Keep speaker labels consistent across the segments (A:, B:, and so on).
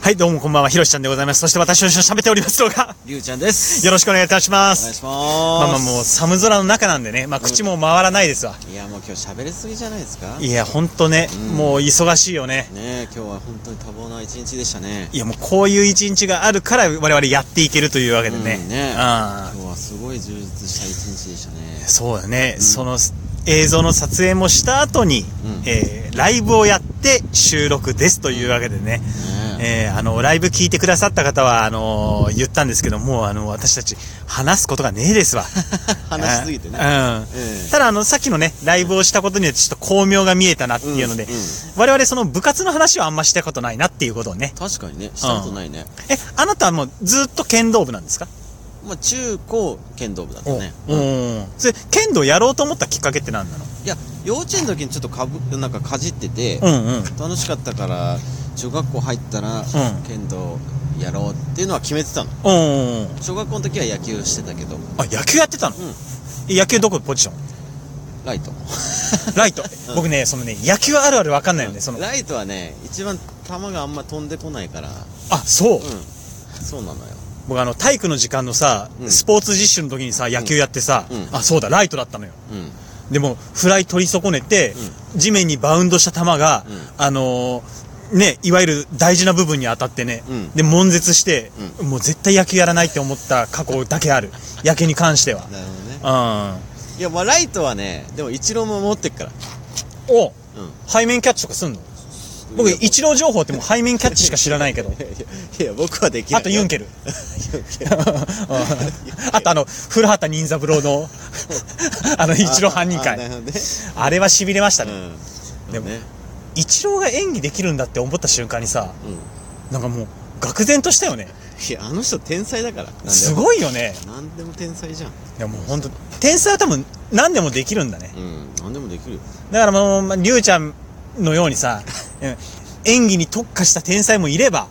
A: はい、どうもこんばんは、ひろしちゃんでございます。そして私と一緒に喋っておりますの が、
B: りゅうちゃんです。
A: よろしくお願いいたしま
B: お願い
A: す。
B: しま
A: まあまあ
B: す。
A: もう寒空の中なんでね、まあ口も回らないですわ。
B: いや、もう今日喋りすぎじゃないですか。ね
A: いや、ほんとね、もう忙しいよね。
B: え、今日は本当に多忙な一日でしたね。
A: いや、もうこういう一日があるから我々やっていけるというわけでね。
B: うんね今
A: あ
B: 日はすごい充実した一日でした
A: あ
B: ね。
A: そうだね、その映像の撮影もした後に、
B: うん
A: えーライブをやって収録ですというわけでね。
B: ねえ
A: えーあの、ライブ聞いてくださった方は、あのー言ったんですけど、もう、あの、私たち、話すことがねえ ですわ。
B: 話しすぎてね
A: うん。
B: ええ
A: ただ、あの、さっきのね、ライブをしたことによって、ちょっと巧妙が見えたなっていうので、
B: うんうん
A: 我々、その部活の話はあんましたことないなっていうことをね。
B: 確かにね、したことないね。
A: え、あなたはもう、ずっと剣道部なんですか
B: まあ、中高剣道部だったね。
A: おうん。それ、剣道やろうと思ったきっかけって何なの
B: いや、幼稚園の時にちょっとかぶ、なんかかじってて、
A: うんうん。
B: 楽しかったから、小学校入ったら、剣道やろうっていうのは決めてたの。
A: うんうん。
B: 小学校の時は野球してたけど、うん。
A: あ、野球やってたの、え野球どこポ ジション
B: ライト。
A: ライト。僕ね、そのね、野球あるあるわかんないよね、その。
B: ライトはね一番球があんま飛んでこないから
A: あ、そう。
B: うんそうなのよ
A: 僕あの体育の時間のさ、
B: うん
A: スポーツ実習の時にさ野球やってさ、
B: うん
A: あそうだライトだったのよ
B: うん
A: でもフライ取り損ねて、地面にバウンドした球が、
B: う
A: あのーねいわゆる大事な部分に当たってね、
B: うん
A: で悶絶して、もう絶対野球やらないって思った過去だけある野球に関しては
B: なるほどね
A: う
B: いやまあライトはねでもイチローも持ってっから
A: んお
B: うん
A: 背面キャッチとかすんの僕
B: いや
A: イチロー情報ってもう背面キャッチしか知らない けど
B: いやいや僕はできない
A: あとユンケルうん あとあの古畑任三郎 のあのイチロー犯人
B: ああな
A: 会
B: るほどね
A: あれはしびれました
B: う
A: ね、
B: ん
A: で
B: で
A: も
B: もね
A: イチローが演技できるんだって思った瞬間にさ
B: うん
A: なんかもう愕然としたよね
B: いやあの人天才だからなんでも
A: すごいよね
B: なんでも天才じゃん
A: いやもうほんと天才は多分何でもできるんだね
B: うんなんでもできるよ
A: だからもうまありゅうちゃんのようにさ うん演技に特化した天才もいれば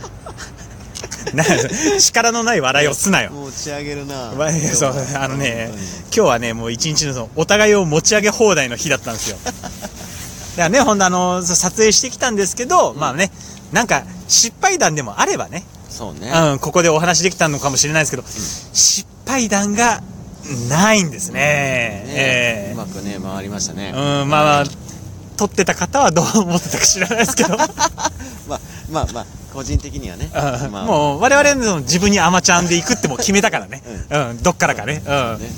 A: な力のない笑いをすなよ
B: もう打ち上げるな
A: まあいやそうあのね、今日はね、もう一日のそのお互いを持ち上げ放題の日だったんですよ。だからね、ほんとあの、そう撮影してきたんですけど、まあね、なんか失敗談でもあればね、
B: そうね
A: うん、ここでお話できたのかもしれないですけど、失敗談がないんですね。
B: ね
A: ええ
B: うまくね回りましたね
A: うん、まあまあ、撮ってた方はどう思ってたか知らないですけど、
B: まあまあまあ個人的にはね
A: うん
B: まあ
A: もう我々のその自分にアマちゃんで行くってもう決めたからね、うん、どっからかね、うん。
B: ね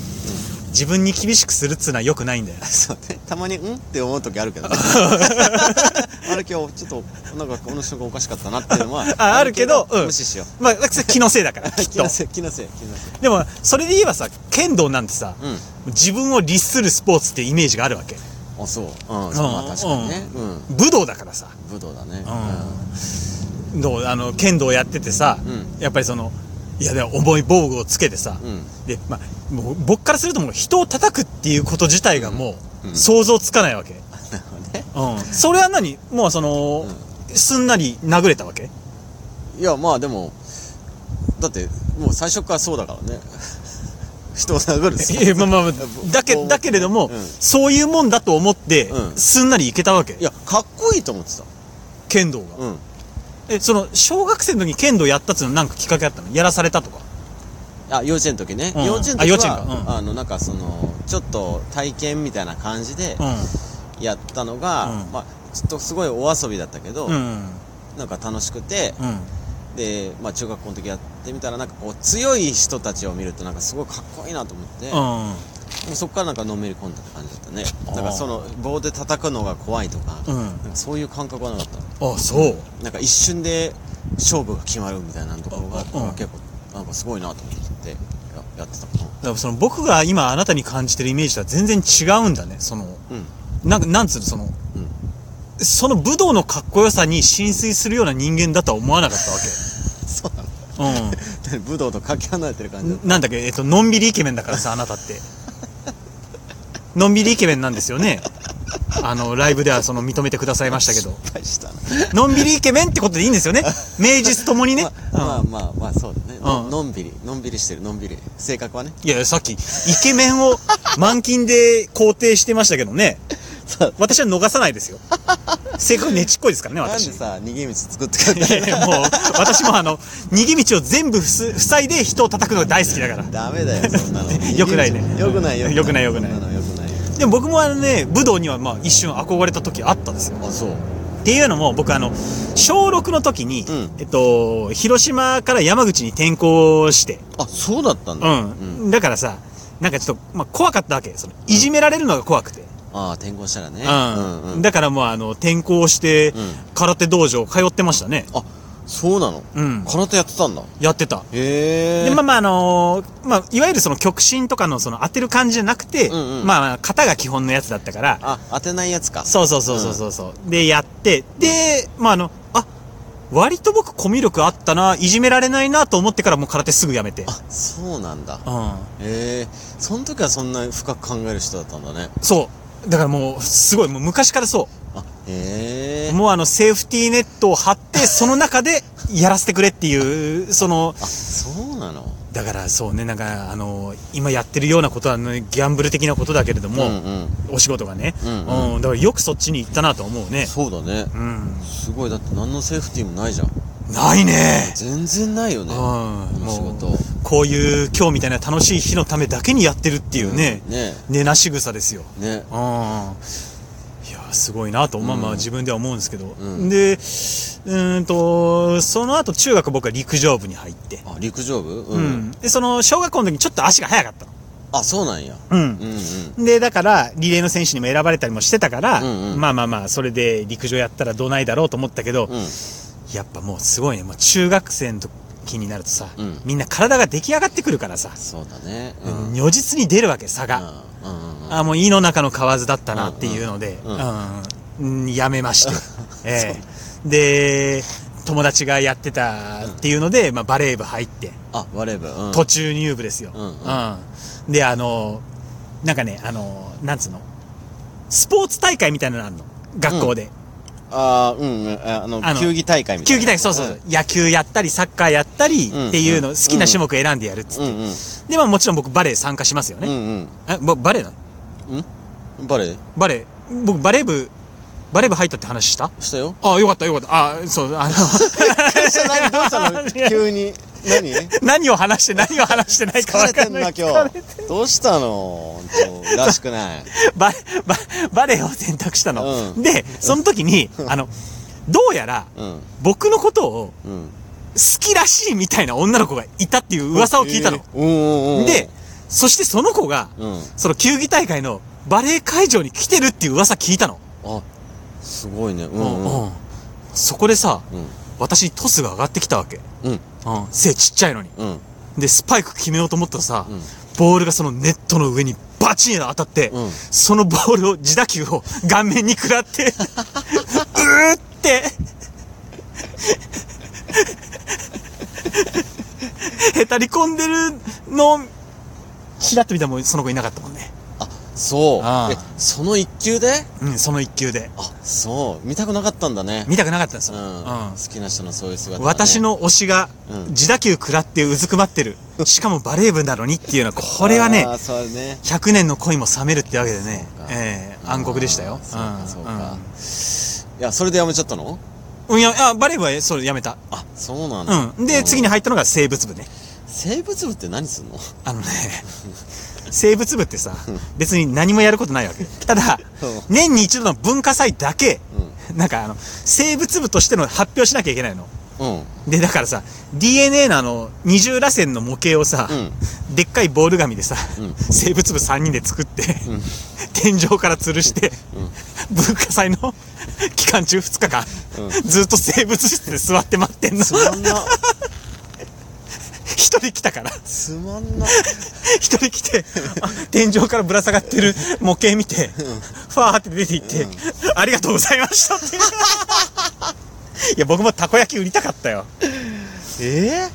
A: 自分に厳しくするっつうのは良くないんだよ。
B: そうね、たまに「ん?」って思う時あるけ どねあれ今日ちょっとなんかこの人がおかしかったなっていうのは
A: ああるけどうん
B: 無視しよう
A: まあ、それ気のせいだ から、きっ
B: 気
A: と
B: の。せい気のせい気のせい
A: でも、それで言えばさ、剣道なんてさ、
B: う
A: 自分を律するスポーツってイメージがあるわけ。
B: あそううんそうまあ確かにね
A: う
B: うんん
A: 武道だからさ、
B: 武道だ ね
A: どうあの剣道やっててさ、
B: う
A: やっぱりその、いや、でも重い防具をつけてさ、
B: うん
A: で、まあ、もう僕からするともう人を叩くっていうこと自体がもう、
B: うん
A: 想像つかないわけ。
B: なるほどね
A: うん。それは何もうその、すんなり殴れたわけ
B: いやまあでもだってもう最初からそうだからね 人を殴る
A: いやまあ まあまあ
B: ぼ
A: だけ
B: ぼ
A: だけれども、
B: うん
A: そういうもんだと思って、
B: うん
A: すんなりいけたわけ
B: いやかっこいいと思ってた
A: 剣道が、
B: うん
A: えその小学生の時に剣道やったっつうのはなんかきっかけあったのやらされたとか
B: あ幼稚園の時ね、
A: うん
B: 幼稚園
A: あ
B: の
A: 幼
B: 時
A: 稚園
B: は
A: かうん
B: あのなんかそのちょっと体験みたいな感じで
A: うん
B: やったのが、
A: うん
B: まあちょっとすごいお遊びだったけど、
A: うん
B: なんか楽しくて、
A: うん
B: で、まあ、中学校の時やってみたらなんかこう強い人たちを見るとなんかすごいかっこいいなと思って、
A: う
B: も
A: ん
B: うそこからなんかのめり込んだって感じだったね
A: あー
B: だからその棒で叩くのが怖いとか,、
A: うん
B: なんかそういう感覚はなかった
A: あそう
B: なんか一瞬で勝負が決まるみたいなところが、
A: うん
B: 結構なんかすごいなと思ってややってたかな
A: だからその僕が今あなたに感じてるイメージとは全然違うんだねその
B: うん
A: なんかなんつうのその、その武道のかっこよさに浸水するような人間だとは思わなかったわ
B: そうなの
A: けうん
B: 武道とかけ離れてる感じだ
A: なんだっけ、えっと、のんびりイケメンだからさ、あなたって。のんびりイケメンなんですよね。あの、ライブではその認めてくださいましたけど。
B: 失敗した
A: の
B: な
A: んびりイケメンってことでいいんですよね。名実ともにね。
B: ま
A: う
B: あ
A: ん
B: まあまあまあそうだねの
A: うん
B: のんびりのんびりしてるのんびり性格はね
A: いやいや、さっき、イケメンを満勤で肯定してましたけどね。
B: さ
A: 私は逃さないですよ。性格ねちっこいですからね、
B: なんで
A: 私。
B: さ逃げ道作ってくれ
A: いやい やもう、私もあの、逃げ道を全部ふす塞いで人を叩くのが大好きだから。
B: ダメだよ そんなの
A: よくないね
B: よくないよ
A: よくないよくない
B: そんのよくないよ
A: でも僕もあのね、武道にはまあ一瞬憧れた時あったんですよ。
B: あそう
A: っていうのも、僕あの、小6の時に、
B: うん
A: えっと、広島から山口に転校して、
B: あそうだったん
A: う
B: だ
A: ん。だからさ、なんかちょっと、まあ怖かったわけ。その、いじめられるのが怖くて。
B: ああ転校したらね
A: うん。
B: うん
A: だからもうあの、転校して、
B: ん
A: 空手道場通ってましたね。
B: あそうなの
A: うん
B: 空手やってたんだ
A: やってた。
B: へえ
A: で、まあまああのーまあ、いわゆるその極真とかのその当てる感じじゃなくて、
B: うんうん
A: まあまあ、型が基本のやつだったから、
B: あ当てないやつか
A: そうそうそうそうそうそう、で、やって、で、まああの、あ、割と僕コミュ力あったな、いじめられないなと思ってからもう空手すぐやめて。
B: あそうなんだ
A: うん。
B: へえその時はそんな深く考える人だったんだね
A: そう。だからもう、すごい、もう昔からそ
B: あへえ
A: う。もうあの、セーフティーネットを張って、その中でやらせてくれっていう、その、
B: あそうなの
A: だからそうね、なんか、あの、今やってるようなことは、ね、ギャンブル的なことだけれども、
B: うんうん
A: お仕事がね、
B: うん
A: うんだからよくそっちに行ったなと思うね
B: そうだね
A: うん
B: すごいだって何のセーフティーもないじゃん
A: ないね
B: 全然ないよね
A: うん
B: この仕
A: もう
B: 事
A: こういう今日みたいな楽しい日のためだけにやってるっていうね、
B: ね
A: ねなし草ですよ
B: えね
A: うんいやすごいなと、まあまあ
B: うん
A: 自分では思うんですけど、
B: うん
A: でうーんとその後中学僕は陸上部に入って、
B: あ陸上部
A: う
B: うん
A: でその小学校の時にちょっと足が速かったの
B: あそうなんや
A: うん
B: うんうん
A: で、だから、リレーの選手にも選ばれたりもしてたから、
B: うんうん
A: まあまあまあ、それで陸上やったらどないだろうと思ったけど、
B: うん
A: やっぱもうすごいね、もう中学生の時になるとさ、
B: うん
A: みんな体が出来上がってくるからさ、
B: そうだねうんうん
A: 如実に出るわけ、差が。
B: うんうんうん
A: あもう胃の中の蛙だったなっていうので、
B: う
A: うんん
B: う
A: うんやめまして、 ええで、友達がやってたっていうので、まあ、バレー部入って、
B: あバレー部うん
A: 途中入部ですよ。
B: うんう
A: う
B: ん
A: んで、あの、なんかね、あの、なんつうの、スポーツ大会みたいなのあるの。学校で。
B: あーうんうんああの
A: あの
B: 球技大会みたい
A: 球
B: な
A: 技大会、そうそうそう、野球やったり、サッカーやったり
B: うん
A: っていうの、
B: うん
A: 好きな種目選んでやるっつって。
B: うんうん
A: で、まあもちろん僕バレー参加しますよ
B: う
A: ね。
B: ん
A: え、ばバレーなの
B: うんバレー
A: バレー、僕バレー部、バレー部入ったって話した
B: した よ
A: ああ、よかったよかった。あそう、あの、
B: 何どう したの 急に何
A: 何を話して何を話してないか
B: 疲
A: 分
B: れて
A: か
B: ん
A: ん
B: な
A: ない。
B: 今日どうしたの本当らしくない
A: バレババレーを選択したの、
B: うん
A: でその時にあのどうやら
B: うん
A: 僕のことを
B: うん
A: 好きらしいみたいな女の子がいたっていう噂を聞いたの、
B: えーうんうんうん
A: でそしてその子が、
B: うん
A: その球技大会のバレー会場に来てるっていう噂聞いたの、
B: あすごいねう
A: うん
B: うん
A: んそこでさ
B: うん
A: 私にトスが上がってきたわけ、
B: うん
A: うん、背ちっちゃいのに
B: うん
A: でスパイク決めようと思ったらさ、
B: うん
A: ボールがそのネットの上にバチン当たって、
B: うん
A: そのボールを自打球を顔面に食らって うーってへたり込んでるのをちらっと見たらもうその子いなかったもんね、
B: あそう
A: あー
B: えその一球で
A: うん、その一球で
B: あそう見たくなかったんだね
A: 見たくなかったんです
B: う
A: よ、
B: ん
A: うん
B: 好きな人のそういう姿がね
A: 私の推しが
B: うん
A: 自打球食らってうずくまってるしかもバレー部なのにっていうのはこれはね
B: あーそうね
A: 100年の恋も冷めるってわけでね
B: そう、か
A: ええ暗黒でしたよ。
B: そうかそうか
A: ん
B: いやそれでやめちゃったの
A: うん。うん、いや、あ、バレー部はそれやめた。
B: あそうなんだ
A: うん。で、次に
B: うん
A: 入ったのが生物部ね。
B: 生物部って何すんの
A: あ のね、生物部ってさ、別に何もやることないわけ。ただ
B: うん、
A: 年に一度の文化祭だけ、
B: う
A: なんかあの、生物部としての発表しなきゃいけないの。
B: うんうん
A: で、だからさ、DNA のあの、二重螺旋の模型をさ、でっかいボール紙でさ、
B: うん
A: 生物部3人で作って、天井から吊るして、文化祭の期間中2日間、
B: うん
A: ずっと生物室で座って待ってんの。
B: つまんな
A: 一人来たから、
B: つま んな
A: 一人来て、あ天井からぶら下がってる模型見て、ファーって出て行って、ありがとうございましたって。 いや、僕もたこ焼き売りたかったよ。
B: ええ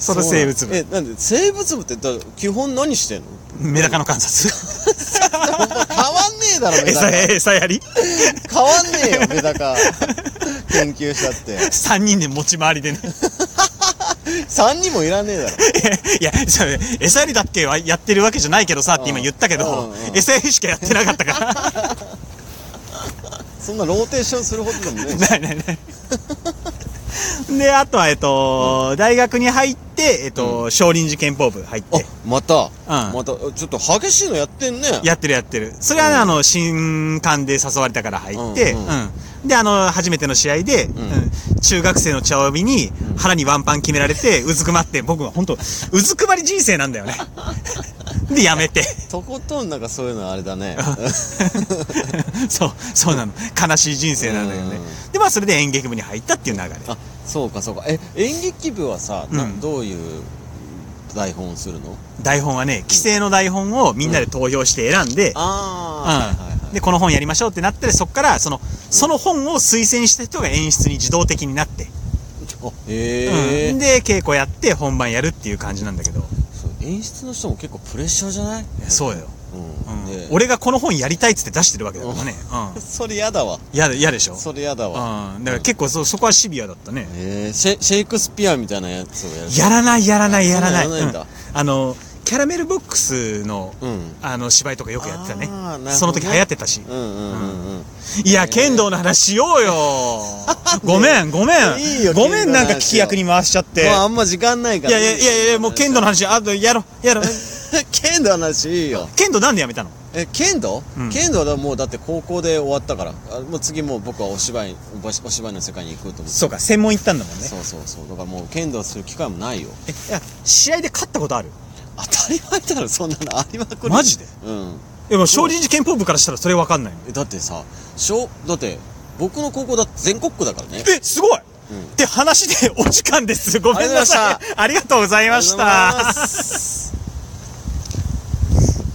A: その生物部。
B: えなんで生物部ってだ基本何して んの
A: メダカの観察。
B: 変わんねえだろメダ
A: 餌
B: カ
A: や、餌やり
B: 変わんねえよメダカ研究したって
A: 3人で持ち回りでね
B: 3人もいらねえだろ
A: いや、それ、餌やりだっけはやってるわけじゃないけどさって今言ったけ
B: う
A: ど
B: んうんう、ん
A: 餌やりしかやってなかったから。
B: そんなローテーションするほどでもねえし
A: ないないない。で、あとは、えっと、大学に入って、えっと、少林寺拳法部入って、
B: あまた、
A: ん
B: またちょっと激しいのやってんね
A: やってるやってる。それはね、あの、新刊で誘われたから入って、
B: う
A: うんん
B: うん
A: で、あの、初めての試合で、うん中学生の茶帯に腹にワンパン決められて、うずくまって、僕は本当うずくまり人生なんだ よね。で、やめて。
B: とことんなんかそういうのあれだね
A: そう、そうなの。悲しい人生なんだよね
B: う。
A: で、まあ、それで演劇部に入ったっていう流れ。
B: あそうかそうかえ演劇部はさ、な
A: うん
B: どういう台本をするの
A: 台本はね、規制の台本をみんなで投票して選んで、
B: ああ、はいはいは
A: で、この本やりましょうってなって、そっから、その、その本を推薦した人が演出に自動的になって、
B: いあへえ、
A: うんで、稽古やって本番やるっていう感じなんだけど、
B: そう演出の人も結構プレッシャーじゃない
A: そうよ。う
B: うんん、で
A: 俺がこの本やりたいっつって出してるわけだからね。うん。
B: それやだわ
A: 嫌で嫌でしょ
B: それやだわ
A: うん。だから結構そ、そこはシビアだったね。
B: えー、シェシェイクスピアみたいなやつをやる
A: やらない、やらない、やらない。
B: あそんなのやらないんだ
A: うんあの、キャラメルボックスの、
B: うん
A: あの、芝居とかよくやってたね
B: あーなるほど。ね
A: その時流行ってたし。
B: うんうんうんうん
A: いや、剣道の話しようよ。 ごめん、ごめん。
B: いいよ
A: ごめん、なんか
B: 剣道の話を
A: 聞き役に回しちゃって。い
B: もうあ
A: や
B: んま時間ない
A: い
B: から
A: やいやいや、もう剣道の話、あとやろう、やろう。
B: 剣道の話いいよ
A: 剣道なんでやめたの
B: え剣道、
A: うん
B: 剣道はもうだって高校で終わったからあもう次もう僕はお芝居おばしお芝居の世界に行くと思って
A: そうか、専門行ったんだもんね。
B: そうそうそうだからもう剣道する機会もないよ
A: え、いや、試合で勝ったことある
B: 当たり前だろそんなのありまくり
A: マジで
B: うん
A: でも、少林寺拳法部からしたらそれわかんないの。
B: えだってさ小だって僕の高校だって全国区だからね
A: え、すごい
B: うん
A: って話でお時間です。ごめんなさい。ありがとうございました。
B: ありがとうございます